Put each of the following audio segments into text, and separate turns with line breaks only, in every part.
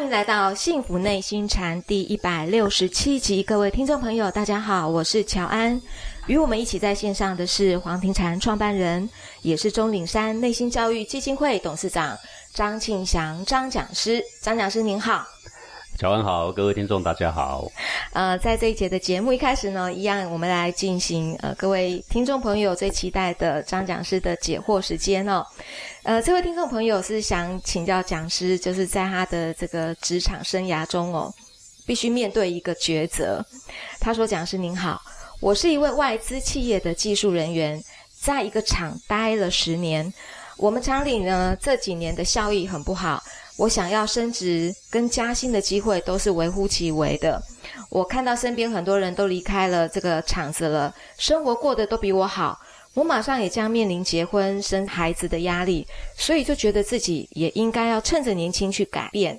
迎来到《幸福内心禅》第一百六十七集，各位听众朋友，大家好，我是乔安。与我们一起在线上的是黄庭禅创办人，也是钟岭山内心教育基金会董事长张庆祥张讲师。张讲师您好，
乔安好，各位听众大家好。
呃，在这一节的节目一开始呢，一样我们来进行呃各位听众朋友最期待的张讲师的解惑时间哦。呃，这位听众朋友是想请教讲师，就是在他的这个职场生涯中哦，必须面对一个抉择。他说：“讲师您好，我是一位外资企业的技术人员，在一个厂待了十年。我们厂里呢这几年的效益很不好，我想要升职跟加薪的机会都是微乎其微的。我看到身边很多人都离开了这个厂子了，生活过得都比我好。”我马上也将面临结婚生孩子的压力，所以就觉得自己也应该要趁着年轻去改变。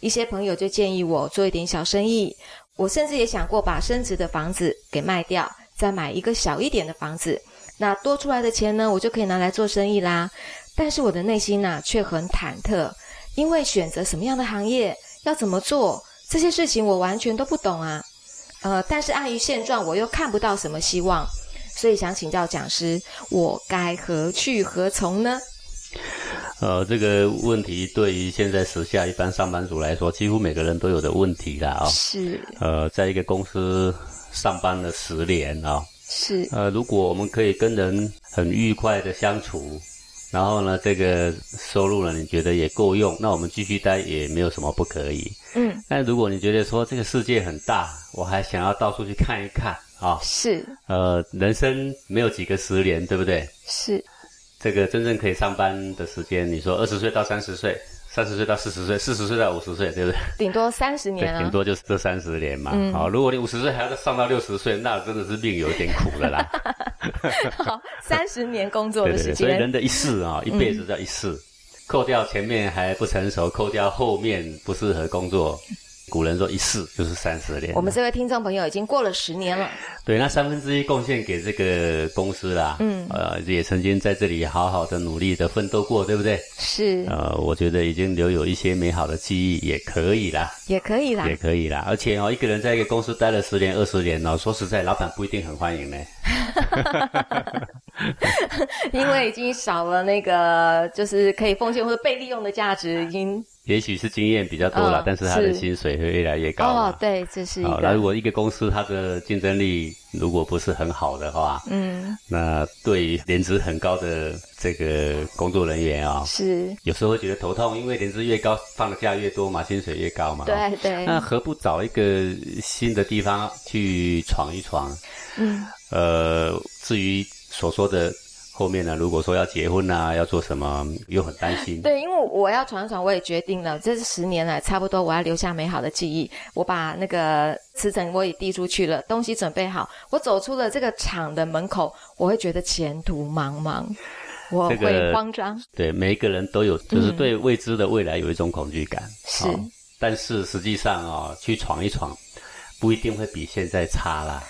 一些朋友就建议我做一点小生意，我甚至也想过把升值的房子给卖掉，再买一个小一点的房子。那多出来的钱呢，我就可以拿来做生意啦。但是我的内心呐、却很忐忑，因为选择什么样的行业，要怎么做，这些事情我完全都不懂啊。呃，但是碍于现状，我又看不到什么希望。所以想请教讲师，我该何去何从呢？
呃，这个问题对于现在时下一般上班族来说，几乎每个人都有的问题啦啊、
是
呃，在一个公司上班了十年啊、
是
呃，如果我们可以跟人很愉快的相处，然后呢，这个收入呢，你觉得也够用，那我们继续待也没有什么不可以。
嗯，
但如果你觉得说这个世界很大，我还想要到处去看一看啊、
是
呃，人生没有几个十年，对不对？
是
这个真正可以上班的时间，你说二十岁到三十岁，三十岁到四十岁，四十岁到五十岁，对不对？
顶多三十年
对，顶
啊，嗯
多就是这三十年嘛。好，如果你五十岁还要再上到六十岁，那真的是命有点苦 了啦。
好，哦三十年工作
对
的
对
时
对，所以
间嗯
人的一世啊、一辈子叫一世，扣掉前面还不成熟，扣掉后面不适合工作。古人说一世就是三十年，
我们这位听众朋友已经过了十年了，
对，那三分之一贡献给这个公司啦，嗯，呃，也曾经在这里好好的努力的奋斗过，对不对？
是
呃，我觉得已经留有一些美好的记忆也可以啦，
也可以啦
也，可以啦。而且哦，一个人在一个公司待了十年、二十年哦，说实在，老板不一定很欢迎呢。
因
啊
为已经少了那个就是可以奉献或者被利用的价值，已经
也许是经验比较多了，
嗯
但是他的
是
薪水会越来越高嘛
哦，对，这是一
好，那如
个
果一个公司它的竞争力如果不是很好的话，
嗯
那对于年资很高的这个工作人员啊、
是，
有时候会觉得头痛，因为年资越高，放的假越多嘛，薪水越高嘛。哦。
对对，
那何不找一个新的地方去闯一闯？
嗯
呃，至于所说的后面呢，如果说要结婚啊，要做什么，又很担心。
对，因为我要闯一闯，我也决定了，这十年来差不多，我要留下美好的记忆。我把那个辞呈我也递出去了，东西准备好，我走出了这个厂的门口，我会觉得前途茫茫，我
这个
会慌张。
对，每一个人都有，就是
嗯
对未知的未来有一种恐惧感。
是
哦但是实际上啊、去闯一闯，不一定会比现在差啦。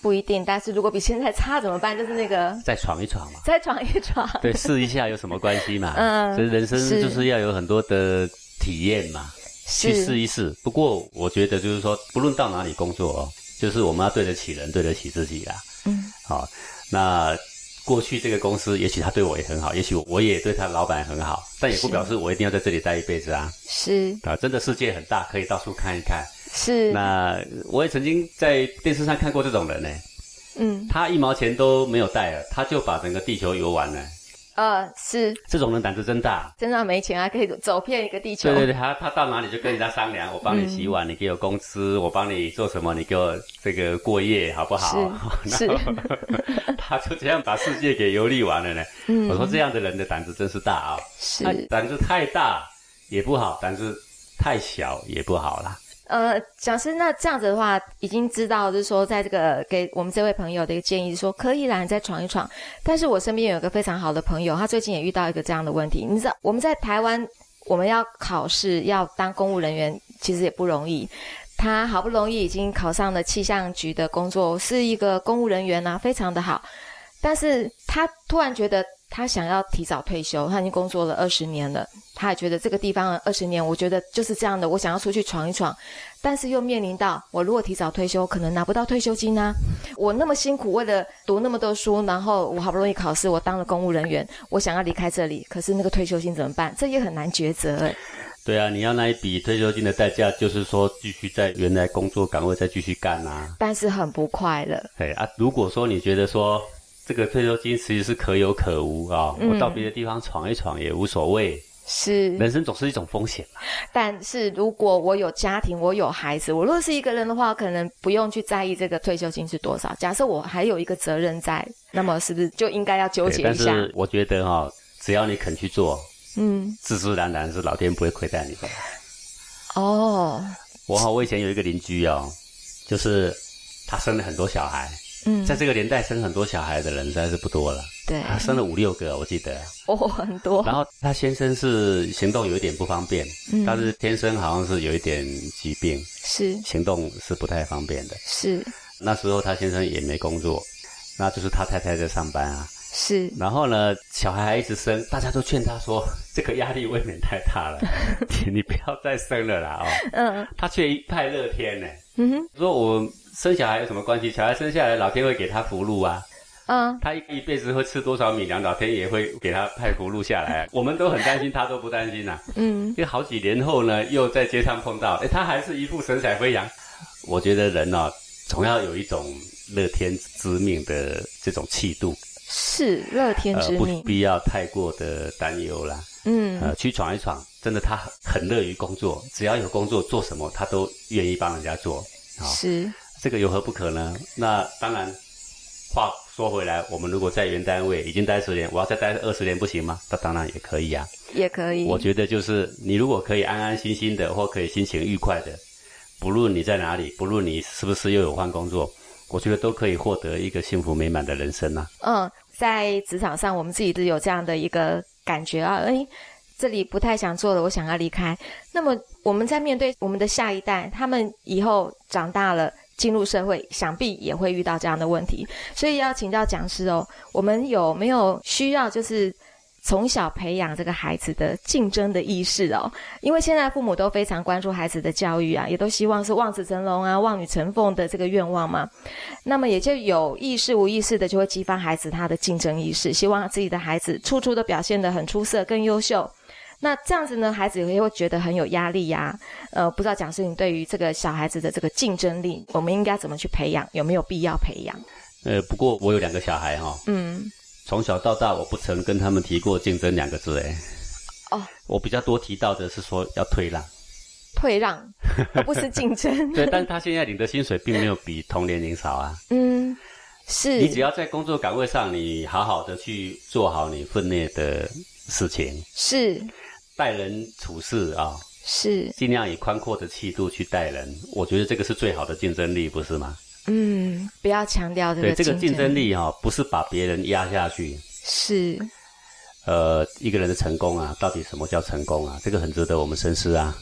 不一定，但是如果比现在差怎么办？就是那个
再闯一
，
闯嘛
再闯一闯。
对，试一下有什么关系嘛？
嗯
所以人生
是
就是要有很多的体验嘛，去试
是
一试。不过我觉得就是说，不论到哪里工作哦，就是我们要对得起人，对得起自己啦。
嗯，
好、那过去这个公司，也许他对我也很好，也许我也对他老板很好，但也不
是
表示我一定要在这里待一辈子啊。
是
啊，真的世界很大，可以到处看一看。
是，
那我也曾经在电视上看过这种人呢，
嗯
他一毛钱都没有带了，他就把整个地球游完了。
呃是，
这种人胆子真大。
真的没钱啊，可以走遍一个地球。
对对对，他他到哪里就跟人家商量，我帮你洗碗，你给我工资，我帮你做什么，你给我这个过夜好不好？
是
然后 他就这样把世界给游历完了呢。
嗯
我说这样的人的胆子真是大啊、
是
那胆子太大也不好，胆子太小也不好啦。
呃，讲师，那这样子的话，已经知道就是说，在这个给我们这位朋友的一个建议是说，可以啦，你再闯一闯。但是我身边有一个非常好的朋友，他最近也遇到一个这样的问题。你知道，我们在台湾，我们要考试，要当公务人员，其实也不容易。他好不容易已经考上了气象局的工作，是一个公务人员啊，非常的好。但是他突然觉得他想要提早退休，他已经工作了二十年了，他也觉得这个地方二十年，我觉得就是这样的，我想要出去闯一闯，但是又面临到我如果提早退休，可能拿不到退休金啊，我那么辛苦为了读那么多书，然后我好不容易考试，我当了公务人员，我想要离开这里，可是那个退休金怎么办？这也很难抉择、欸。
对啊，你要那一笔退休金的代价，就是说继续在原来工作岗位再继续干啊。
但是很不快乐。
哎啊，如果说你觉得说这个退休金其实是可有可无啊、
嗯
我到别的地方闯一闯也无所谓，
是，
人生总是一种风险嘛。
但是如果我有家庭，我有孩子，我如果是一个人的话，可能不用去在意这个退休金是多少。假设我还有一个责任在，那么是不是就应该要纠
对
结
但
一下？
是我觉得哈、只要你肯去做，
嗯，
自自然然是老天不会亏待你的。
哦，
我哈，我以前有一个邻居哦，就是他生了很多小孩，
嗯，
在这个年代生很多小孩的人实在是不多了，
对，
他生了五六个，我记得。
哦，很多，
然后他先生是行动有一点不方便，
嗯
他是天生好像是有一点疾病，
是
行动是不太方便的。
是
那时候他先生也没工作，那就是他太太在上班啊。
是，
然后呢，小孩还一直生，大家都劝他说这个压力未免太大了，你不要再生了啦哦。
嗯
他却一派乐天呢、
嗯哼
说我生小孩有什么关系？小孩生下来，老天会给他福禄啊。
嗯，
他一一辈子会吃多少米粮，老天也会给他派福禄下来。啊我们都很担心，他都不担心呐、啊。
嗯
因为好几年后呢，又在街上碰到，哎，他还是一副神采飞扬。我觉得人哦，总要有一种乐天知命的这种气度，
是乐天
呃
之，
不
命，
必要太过的担忧啦。
嗯
呃，去闯一闯，真的他很乐于工作，只要有工作做什么，他都愿意帮人家做。好
是
这个有何不可呢？那当然，话说回来，我们如果在原单位已经待十年，我要再待二十年不行吗？那当然也可以啊。
也可以，
我觉得就是你如果可以安安心心的，或可以心情愉快的，不论你在哪里，不论你是不是又有换工作，我觉得都可以获得一个幸福美满的人生啊。
嗯，在职场上，我们自己都有这样的一个感觉啊，哎，这里不太想做了，我想要离开。那么我们在面对我们的下一代，他们以后长大了。进入社会，想必也会遇到这样的问题，所以要请教讲师哦。我们有没有需要就是从小培养这个孩子的竞争的意识哦？因为现在父母都非常关注孩子的教育啊，也都希望是望子成龙啊、望女成凤的这个愿望嘛。那么也就有意识无意识的就会激发孩子他的竞争意识，希望自己的孩子处处都表现得很出色、更优秀。那这样子呢，孩子也会觉得很有压力呀、呃，不知道讲师你对于这个小孩子的这个竞争力，我们应该怎么去培养？有没有必要培养？
呃，不过我有两个小孩哈、
嗯，
从小到大我不曾跟他们提过竞争两个字哎。
哦，
我比较多提到的是说要退 让，
退让而不是竞争。
对，但是他现在领的薪水并没有比同年龄少啊。
嗯，
你只
是
要在工作岗位上，你好好的去做好你分内的事情，
是
待人处事啊、
是，
尽量以宽阔的气度去待人，我觉得这个是最好的竞争力，不是吗？
嗯，不要强调这
对，
个
这个竞争
力
力哈、不是把别人压下去。
是
呃，一个人的成功啊，到底什么叫成功啊？这个很值得我们深思啊。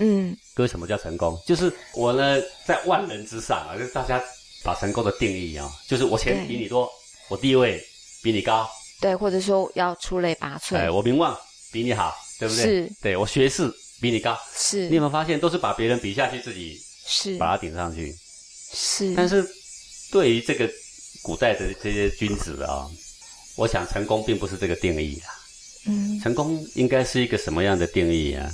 嗯
各位，什么叫成功？就是我呢，在万人之上啊，就是大家把成功的定义啊，就是我钱比你多，我地位比你高，
对，或者说要出类拔萃，
哎，我名望比你好，对不对？
是，
对我学识比你高。
是
你有没有发现，都是把别人比下去，自己
是
把它顶上去？
是，
但是对于这个古代的这些君子啊、我想成功并不是这个定义啊。
嗯
成功应该是一个什么样的定义啊？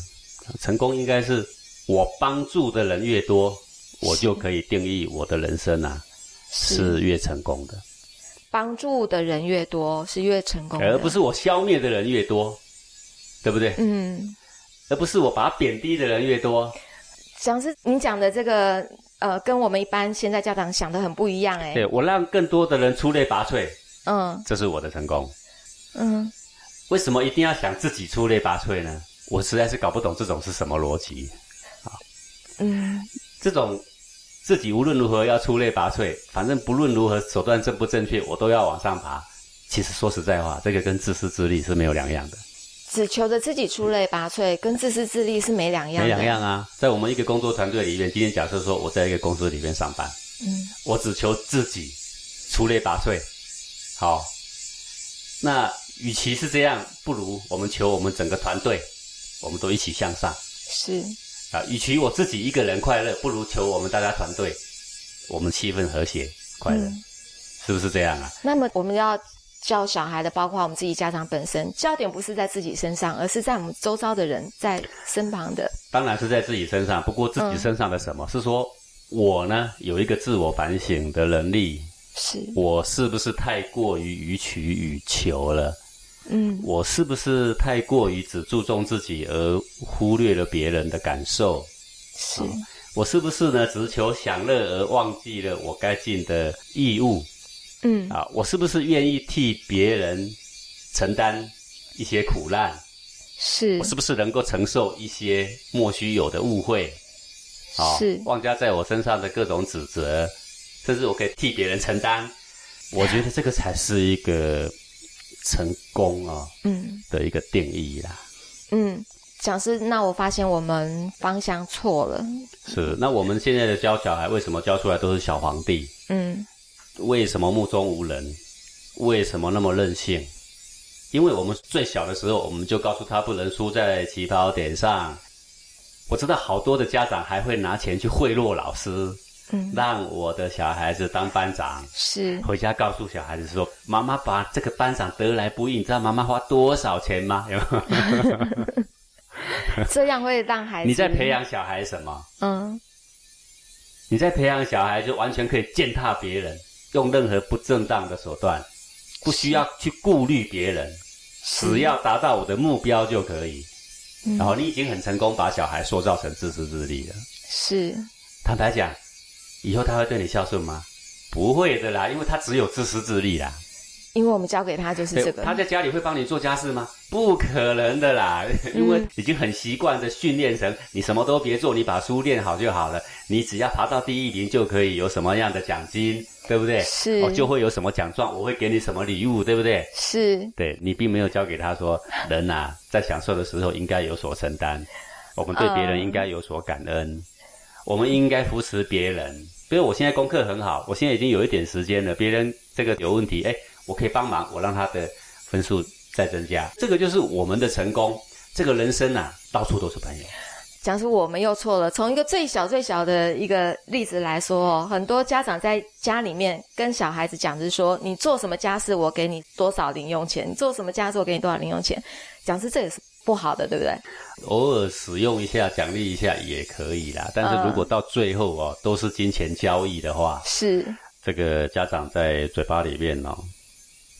成功应该是我帮助的人越多，我就可以定义我的人生啊是越成功的，
帮助的人越多，是越成功的，
而不是我消灭的人越多，对不对？
嗯，
而不是我把它贬低的人越多。
讲是你讲的这个呃，跟我们一般现在家长想的很不一样哎、
对我让更多的人出类拔萃，
嗯
这是我的成功。
嗯，
为什么一定要想自己出类拔萃呢？我实在是搞不懂这种是什么逻辑。
嗯，
这种自己无论如何要出类拔萃，反正不论如何手段正不正确，我都要往上爬。其实说实在话，这个跟自私自利是没有两样的，
只求着自己出类拔萃，跟自私自利是没两样
没
的，
两样啊。在我们一个工作团队里面，今天假设说我在一个公司里面上班，
嗯，
我只求自己出类拔萃，好，那与其是这样，不如我们求我们整个团队，我们都一起向上
是
啊。与其我自己一个人快乐，不如求我们大家团队，我们气氛和谐快乐，
嗯
是不是这样啊？
那么我们要教小孩的，包括我们自己家长本身，焦点不是在自己身上，而是在我们周遭的人，在身旁的。
当然是在自己身上，不过自己
嗯
身上的什么、是说我呢有一个自我反省的能力，
是，
我是不是太过于予取予求了？
嗯
我是不是太过于只注重自己而忽略了别人的感受？
是，
我是不是呢只求享乐而忘记了我该尽的义务
嗯
啊？我是不是愿意替别人承担一些苦难？
是
我是不是能够承受一些莫须有的误会？啊、
是
妄加在我身上的各种指责，甚至我可以替别人承担。我觉得这个才是一个成功啊、
嗯
的一个定义啦。
嗯，讲师，那我发现我们方向错了。
是，那我们现在的教小孩，为什么教出来都是小皇帝？
嗯
为什么目中无人？为什么那么任性？因为我们最小的时候，我们就告诉他不能输在起跑点上。我知道好多的家长还会拿钱去贿赂老师，
嗯，
让我的小孩子当班长，
是
回家告诉小孩子说：“妈妈把这个班长得来不易，你知道妈妈花多少钱吗？”有没有
这样会让孩子
你在培养小孩什么？
嗯
你在培养小孩就完全可以践踏别人，用任何不正当的手段，不需要去顾虑别人，只要达到我的目标就可以。
嗯
然后你已经很成功把小孩塑造成自私自利了。
是
坦白讲，以后他会对你孝顺吗？不会的啦，因为他只有自私自利啦。
因为我们交给他就是
对
这个，
他在家里会帮你做家事吗？不可能的啦，
嗯
因为已经很习惯的训练成你什么都别做，你把书练好就好了，你只要爬到第一名就可以有什么样的奖金，对不对？
是
哦，就会有什么奖状，我会给你什么礼物，对不对？
是
对你并没有教给他说，人啊，在享受的时候应该有所承担，我们对别人应该有所感恩，我们应该扶持别人。比如我现在功课很好，我现在已经有一点时间了，别人这个有问题，哎，我可以帮忙，我让他的分数再增加，这个就是我们的成功。这个人生啊，到处都是朋友。
讲是我们又错了。从一个最小最小的一个例子来说哦，很多家长在家里面跟小孩子讲，就是说你做什么家事，我给你多少零用钱；你做什么家事，我给你多少零用钱。讲是这也是不好的，对不对？
偶尔使用一下，奖励一下也可以啦。但是如果到最后哦，都是金钱交易的话，
是
这个家长在嘴巴里面哦，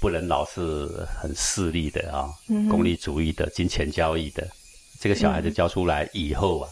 不能老是很势利的啊、
嗯
功利主义的、金钱交易的，这个小孩子教出来以后啊，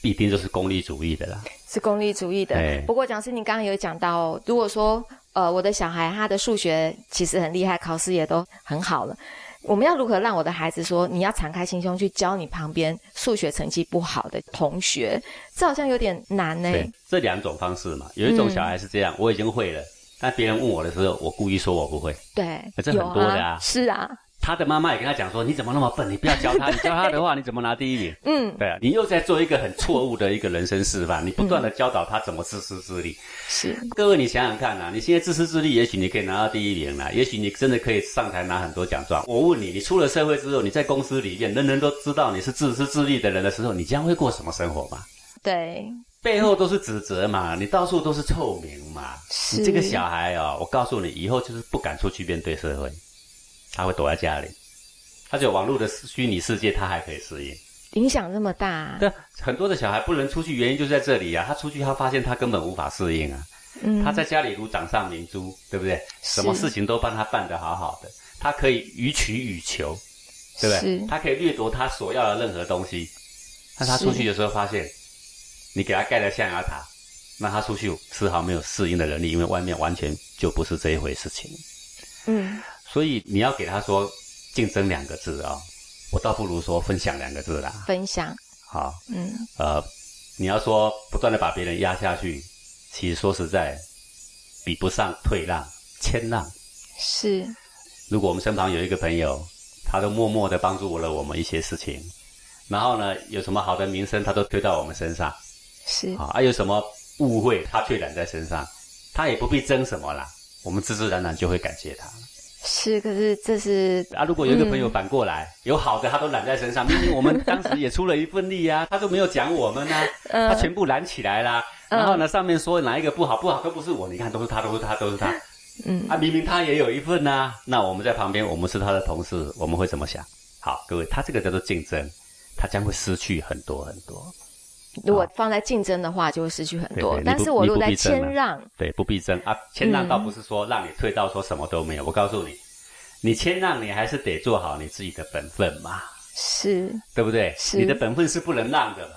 必定就是功利主义的啦。
是功利主义的。
哎
不过讲师，你刚刚有讲到哦，如果说呃我的小孩他的数学其实很厉害，考试也都很好了。我们要如何让我的孩子说，你要敞开心胸去教你旁边数学成绩不好的同学，这好像有点难呢、
对，这两种方式嘛，有一种小孩是这样，我已经会了，但别人问我的时候，我故意说我不会。
对，
这
有
很多的啊
是啊，
他的妈妈也跟他讲说：“你怎么那么笨？你不要教他，你教他的话，你怎么拿第一名？”
嗯，
对啊，你又在做一个很错误的一个人生示范，你不断的教导他怎么自私自利，
是
各位，你想想看啊，你现在自私自利，也许你可以拿到第一名啦，也许你真的可以上台拿很多奖状。我问你，你出了社会之后，你在公司里面，人人都知道你是自私自利的人的时候，你将会过什么生活嘛？
对，
背后都是指责嘛，你到处都是臭名嘛。
是
你这个小孩哦，我告诉你，以后就是不敢出去面对社会，他会躲在家里，他只有网络的虚拟世界，他还可以适应。
影响这么大，
但很多的小孩不能出去，原因就在这里啊，他出去，他发现他根本无法适应啊。
嗯，
他在家里如掌上明珠，对不对？
是
什么事情都帮他办得好好的，他可以予取予求，对不对？
是
他可以掠夺他所要的任何东西。但他
是
出去的时候发现，你给他盖了象牙塔，那他出去丝毫没有适应的能力，因为外面完全就不是这一回事情。
嗯
所以你要给他说“竞争”两个字啊、我倒不如说“分享”两个字啦。
分享，
好，
嗯
呃，你要说不断的把别人压下去，其实说实在，比不上退让、谦让。
是
如果我们身旁有一个朋友，他都默默的帮助了我们一些事情，然后呢，有什么好的名声，他都推到我们身上
是
啊，啊有什么误会，他却揽在身上，他也不必争什么啦，我们自自然然就会感谢他。
是，可是这是
啊，如果有一个朋友反过来，有好的他都揽在身上，明明我们当时也出了一份力啊，他都没有讲我们啊，他全部揽起来啦。然后呢，上面说哪一个不好，不好都不是我，你看都是他，都是他，都是他。嗯啊，明明他也有一份呐，那我们在旁边，我们是他的同事，我们会怎么想？好，各位，他这个叫做竞争，他将会失去很多很多。
如果放在竞争的话，就会失去很多。
对对
但是我如果在谦
你不必啊
让，
对，不必争啊，谦让倒不是说让你退到说什么都没有，我告诉你，你谦让你还是得做好你自己的本分嘛，
是
对不对？
是
你的本分是不能让的嘛。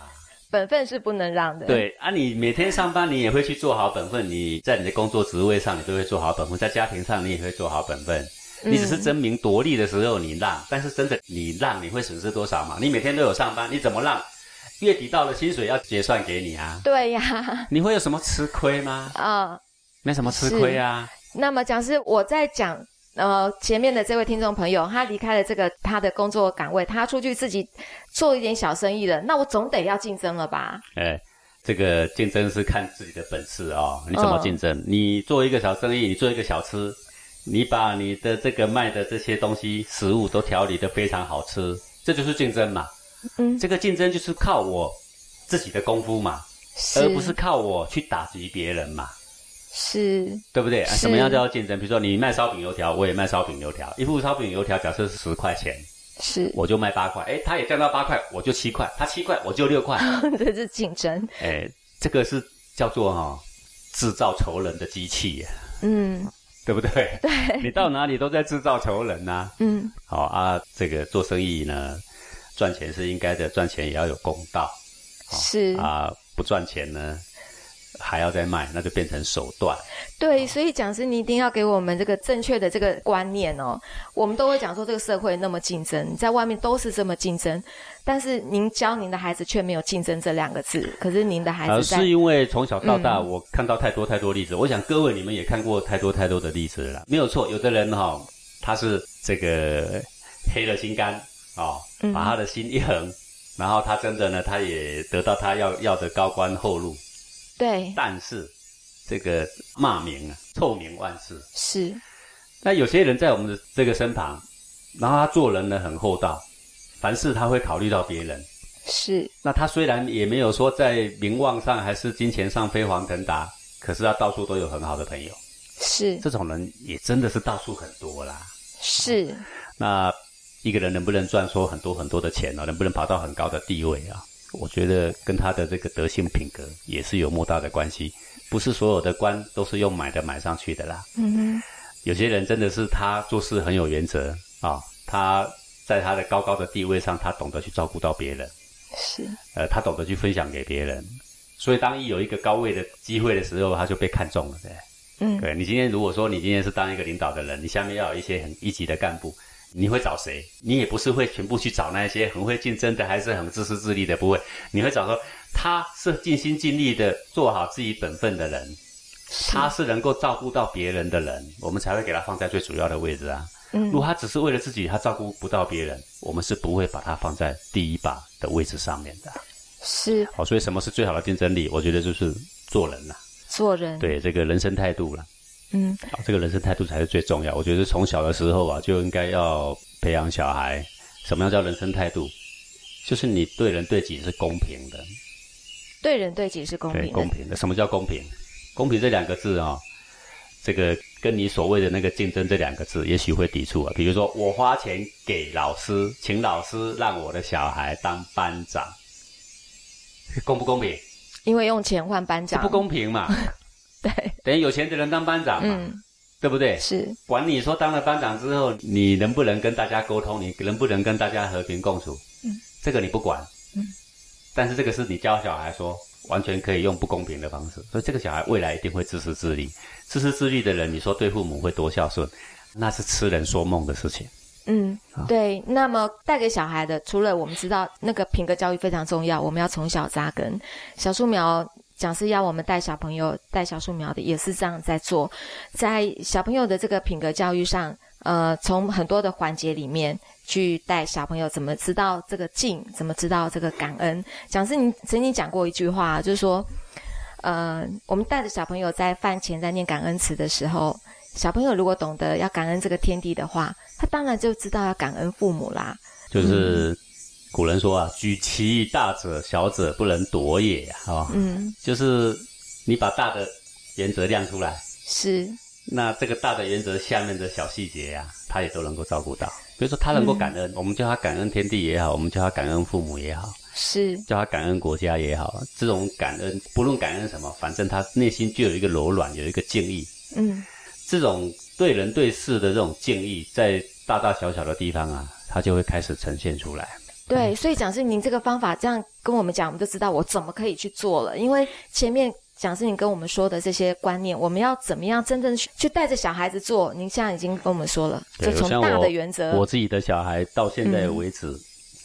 本分是不能让的。，
对啊，你每天上班你也会去做好本分，你在你的工作职位上你都会做好本分，在家庭上你也会做好本分。你只是争名夺利的时候你让，但是真的你让你会损失多少嘛？你每天都有上班，你怎么让？月底到了，薪水要结算给你啊，
对呀，
你会有什么吃亏吗？
啊、
没什么吃亏啊。
那么讲师，我在讲呃前面的这位听众朋友，他离开了这个他的工作岗位，他出去自己做一点小生意了，那我总得要竞争了吧？
哎，这个竞争是看自己的本事哦，你怎
嗯
么竞争？你做一个小生意，你做一个小吃，你把你的这个卖的这些东西食物都调理的非常好吃，这就是竞争嘛。
嗯
这个竞争就是靠我自己的功夫嘛，
是
呃而不是靠我去打击别人嘛。
是
对不对？啊
是
什么样叫竞争？比如说你卖烧饼油条，我也卖烧饼油条，一副烧饼油条假设是十块钱，
是，
我就卖八块，哎，他也降到八块，我就七块，他七块我就六块，
这是竞争。
哎，这个是叫做哈、制造仇人的机器呀，
嗯
对不对？对， 你到哪里都在制造仇人呐、
嗯，
好啊，这个做生意呢，赚钱是应该的，赚钱也要有公道
是
啊，不赚钱呢还要再卖，那就变成手段。
对，所以讲师，你一定要给我们这个正确的这个观念哦。我们都会讲说，这个社会那么竞争，在外面都是这么竞争，但是您教您的孩子却没有“竞争”这两个字，可是您的孩
呃，
子在嗯
是因为从小到大，我看到太多太多例子。我想各位你们也看过太多太多的例子了啦，没有错。有的人哈、他是这个黑了心肝哦，
嗯
把他的心一横，然后他真的呢，他也得到他要要的高官厚禄，
对
但是这个骂名啊，臭名万世。
是
那有些人在我们的这个身旁，然后他做人呢很厚道，凡事他会考虑到别人。
是
那他虽然也没有说在名望上还是金钱上飞黄腾达，可是他到处都有很好的朋友，
是
这种人也真的是到处很多啦。
是
那一个人能不能赚说很多很多的钱呢、能不能爬到很高的地位啊？我觉得跟他的这个德性品格也是有莫大的关系，不是所有的官都是用买的买上去的啦。
嗯
有些人真的是他做事很有原则啊、他在他的高高的地位上，他懂得去照顾到别人。
是
呃，他懂得去分享给别人，所以当一有一个高位的机会的时候，他就被看中了，对不对。
嗯
对你今天如果说你今天是当一个领导的人，你下面要有一些很一级的干部，你会找谁？你也不是会全部去找那些很会竞争的，还是很自私自利的，不会。你会找说他是尽心尽力的做好自己本分的
嗯
人，他是能够照顾到别人的人，我们才会给他放在最主要的位置啊。
嗯
如果他只是为了自己，他照顾不到别人，我们是不会把他放在第一把的位置上面的。
是
好，所以什么是最好的竞争力？我觉得就是做人啦、
做人
对这个人生态度啦、
嗯
啊，这个人生态度才是最重要。我觉得从小的时候啊，就应该要培养小孩，什么样叫人生态度？就是你对人对己是公平的，
对人对己是公
对
平
公
的
平的。什么叫公平？公平这两个字啊、这个跟你所谓的那个竞争这两个字，也许会抵触啊。比如说，我花钱给老师，请老师让我的小孩当班长，公不公平？
因为用钱换班
这
长
不公平嘛？
对
等于有钱的人当班长嘛，
嗯
对不对？
是
管你说当了班长之后，你能不能跟大家沟通，你能不能跟大家和平共处，
嗯
这个你不管。
嗯
但是这个是你教小孩说，完全可以用不公平的方式，所以这个小孩未来一定会自私自利。自私自利的人，你说对父母会多孝顺，那是痴人说梦的事情。
嗯，对。那么带给小孩的，除了我们知道那个品格教育非常重要，我们要从小扎根。小树苗讲师要我们带小朋友带小树苗的，也是这样在做，在呃小朋友的这个品格教育上，呃，从很多的环节里面。去带小朋友怎么知道这个敬，怎么知道这个感恩。讲师，你曾经讲过一句话，就是说，呃，我们带着小朋友在饭前在念感恩词的时候，小朋友如果懂得要感恩这个天地的话，他当然就知道要感恩父母啦。
就是古人说啊，举其义大者，小者不能夺也啊。
嗯，
就是你把大的原则亮出来，
是，
那这个大的原则下面的小细节呀、他也都能够照顾到。比如说，他能够感恩，我们叫他感恩天地也好，我们叫他感恩父母也好，
是，
叫他感恩国家也好，这种感恩，不论感恩什么，反正他内心就有一个柔软，有一个敬意。
嗯，
这种对人对事的这种敬意，在大大小小的地方啊，它就会开始呈现出来。
对。
嗯
所以蒋师您这个方法这样跟我们讲，我们就知道我怎么可以去做了。因为前面蒋师您跟我们说的这些观念，我们要怎么样真正去去带着小孩子做，您现在已经跟我们说了，就
对，
从
像
大
我
的原则，嗯
我自己的小孩到现在为止，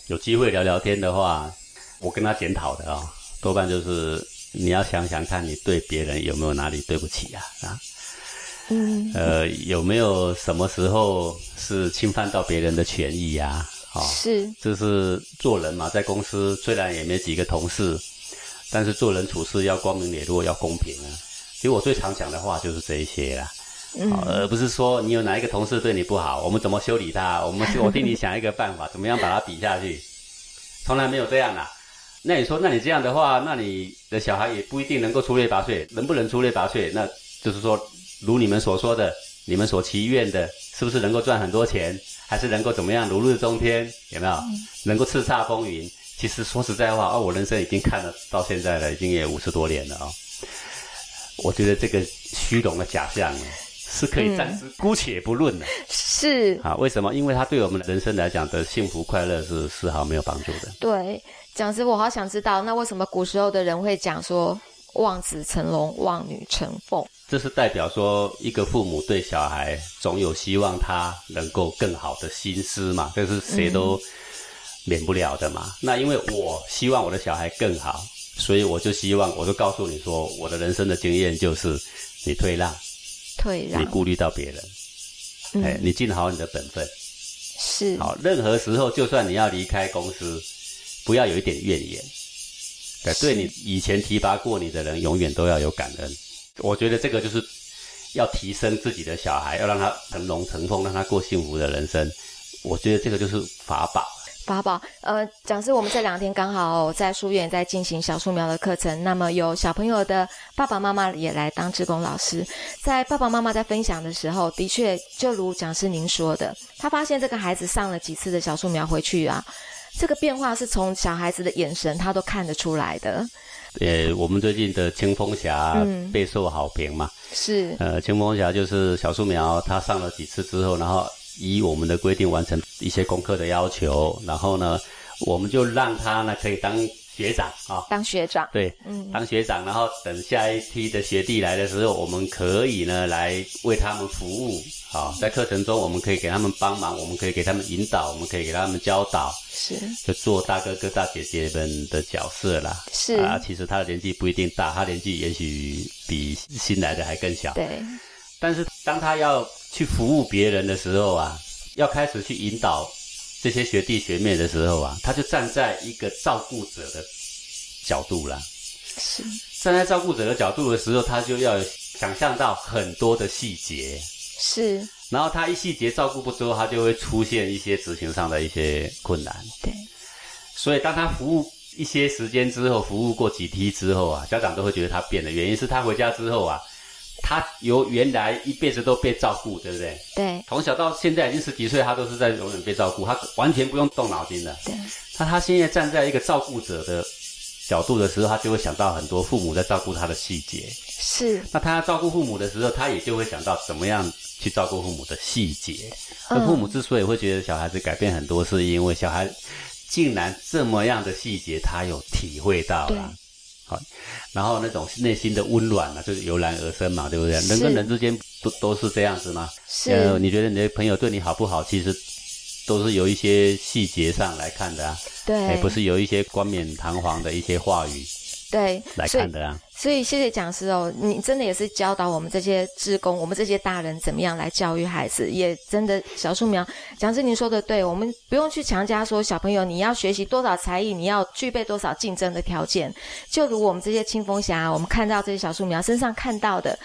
有机会聊聊天的话，我跟他检讨的啊、多半就是你要想想看，你对别人有没有哪里对不起啊啊，
嗯，
呃，有没有什么时候是侵犯到别人的权益呀、啊？哦，
是，
这是做人嘛，在公司虽然也没几个同事，但是做人处事要光明磊落，要公平啊。其实我最常讲的话就是这一些啦，
嗯
好而不是说你有哪一个同事对你不好，我们怎么修理他？我们去我替你想一个办法，怎么样把他比下去？从来没有这样啦。那你说，那你这样的话，那你的小孩也不一定能够出类拔萃，能不能出类拔萃？那就是说，如你们所说的，你们所祈愿的，是不是能够赚很多钱，还是能够怎么样如日中天？有没有能够叱咤风云？其实说实在话，哦，我人生已经看了到现在了，已经也五十多年了啊、哦。我觉得这个虚荣的假象啊是可以暂时姑且不论的、
是，
啊。为什么？因为它对我们人生来讲的幸福快乐是丝毫没有帮助的。
对，讲师，我好想知道，那为什么古时候的人会讲说望子成龙，望女成凤？
这是代表说，一个父母对小孩总有希望他能够更好的心思嘛，这是谁都免不了的嘛。那因为我希望我的小孩更好，所以我就希望，我就告诉你说，我的人生的经验就是，你退让，
退让
你，顾虑到别人，
啊嗯
哎，你尽好你的本分。
是，
好，任何时候，就算你要离开公司，不要有一点怨言。对，对你以前提拔过你的人，永远都要有感恩。我觉得这个就是要提升自己的小孩，要让他成龙成凤，让他过幸福的人生。我觉得这个就是法宝。
法宝，呃，讲师，我们这两天刚好在书院在进行小树苗的课程，那么有小朋友的爸爸妈妈也来当志工老师，在爸爸妈妈在分享的时候，的确就如讲师您说的，他发现这个孩子上了几次的小树苗回去啊，这个变化是从小孩子的眼神他都看得出来的，
呃，我们最近的清风侠
嗯
备受好评嘛。
是，
呃，清风侠就是小树苗，他上了几次之后，然后依我们的规定完成一些功课的要求，然后呢，我们就让他呢可以当学长啊、
当学长，
对，
嗯
当学长，然后等下一批的学弟来的时候，我们可以呢来为他们服务。好，
嗯
在课程中我们可以给他们帮忙，我们可以给他们引导，我们可以给他们教导，
是
就做大哥哥大姐姐们的角色啦。
是，
啊，其实他的年纪不一定大，他年纪也许比新来的还更小。
对，
但是当他要去服务别人的时候啊，要开始去引导这些学弟学妹的时候啊，他就站在一个照顾者的角度啦。
是，
站在照顾者的角度的时候，他就要想象到很多的细节，
是，
然后他一细节照顾不周，他就会出现一些执行上的一些困难。
对，
所以当他服务一些时间之后，服务过几梯之后啊，家长都会觉得他变了。原因是他回家之后啊，他由原来一辈子都被照顾，对不对？
对，
从小到现在已经十几岁，他都是在永远被照顾，他完全不用动脑筋的。
对，
那他现在站在一个照顾者的角度的时候，他就会想到很多父母在照顾他的细节。
是，
那他照顾父母的时候，他也就会想到怎么样去照顾父母的细节。那
嗯
父母之所以会觉得小孩子改变很多，是因为小孩竟然这么样的细节，他有体会到
对
了。好，然后那种内心的温暖啊，就是由然而生嘛，对不对？
是
人跟人之间不都是这样子吗？呃，
是，
你觉得你的朋友对你好不好，其实都是由一些细节上来看的啊，哎，
对，
不是由一些冠冕堂皇的一些话语
对，
来
所以
看的啊。
所以谢谢讲师哦，你真的也是教导我们这些职工，我们这些大人怎么样来教育孩子，也真的小树苗讲师您说的对，我们不用去强加说小朋友你要学习多少才艺，你要具备多少竞争的条件，就如我们这些清风侠，我们看到这些小树苗身上看到的。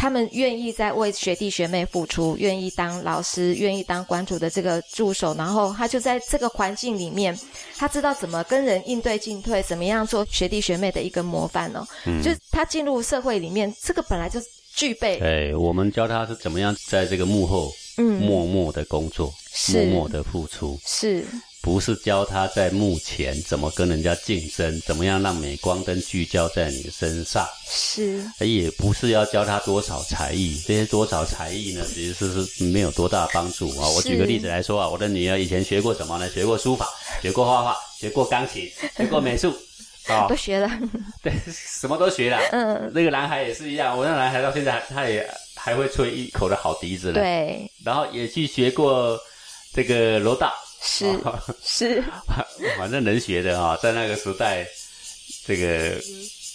他们愿意在为学弟学妹付出，愿意当老师，愿意当馆主的这个助手，然后他就在这个环境里面，他知道怎么跟人应对进退，怎么样做学弟学妹的一个模范哦。嗯、就是他进入社会里面，这个本来就具备。
对，哎我们教他是怎么样在这个幕后，嗯，默默的工作，默默的付出，
是。
不是教他在幕前怎么跟人家竞争，怎么样让镁光灯聚焦在你身上，
是，
也不是要教他多少才艺，这些多少才艺呢，其实是没有多大帮助啊。我举个例子来说啊，我的女儿以前学过什么呢？学过书法，学过画画，学过钢琴，学过美术。啊
哦、都学了，
对，什么都学了。嗯，那个男孩也是一样，我那男孩到现在他也还会吹一口的好笛子呢。
对，
然后也去学过这个柔道。
是是，
反正能学的哈、哦，在那个时代，这个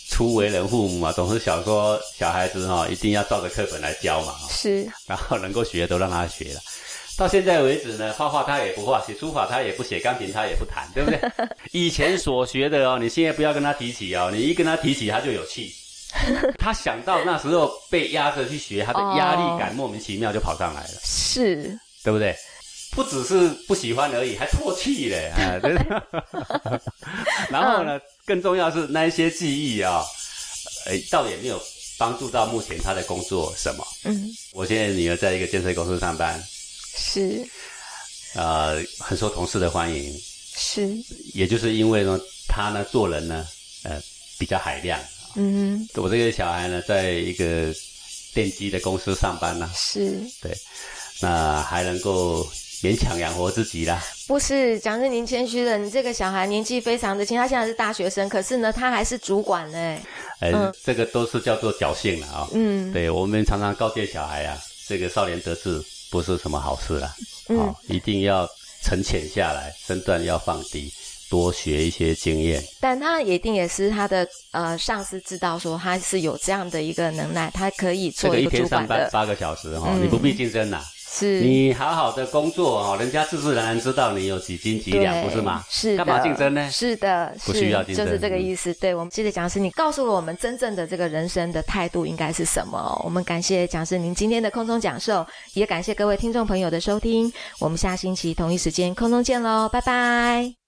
初为人父母嘛，总是想说小孩子哈、哦，一定要照着课本来教嘛、哦。
是，
然后能够学都让他学了。到现在为止呢，画画他也不画，写书法他也不写，钢琴他也不弹，对不对？以前所学的哦，你现在不要跟他提起哦，你一跟他提起他就有气。他想到那时候被压着去学，他的压力感莫名其妙就跑上来了。
是，
对不对？不只是不喜欢而已，还唾弃 嘞啊！然后呢，更重要是那一些记忆啊、哦，哎，倒也没有帮助到目前他的工作什么。嗯，我现在女儿在一个建设公司上班，
是，
呃，很受同事的欢迎，
是，
也就是因为呢，他呢做人呢，呃，比较海量。嗯，我这个小孩呢，在一个电机的公司上班呢、啊，
是
对，那还能够。勉强养活自己啦。
不是，讲是您谦虚了。你这个小孩年纪非常的轻，他现在是大学生，可是呢，他还是主管呢、欸。
哎、欸，嗯、这个都是叫做侥幸了啊、哦。嗯，对我们常常告诫小孩啊，这个少年得志不是什么好事啦。嗯、哦，一定要沉潜下来，身段要放低，多学一些经验。
但他一定也是他的呃上司知道说他是有这样的一个能耐，他可以做一
个
主管的。这个一天上班
八个小时哈、哦，嗯、你不必竞争啦。
是
你好好的工作哦，人家自自然然知道你有几斤几两，不是吗？
是
干嘛竞争呢？
是的，
不需要竞
争，就是这个意思。对，我们接着讲师，你告诉了我们真正的这个人生的态度应该是什么？我们感谢讲师您今天的空中讲授，也感谢各位听众朋友的收听。我们下星期同一时间空中见喽，拜拜。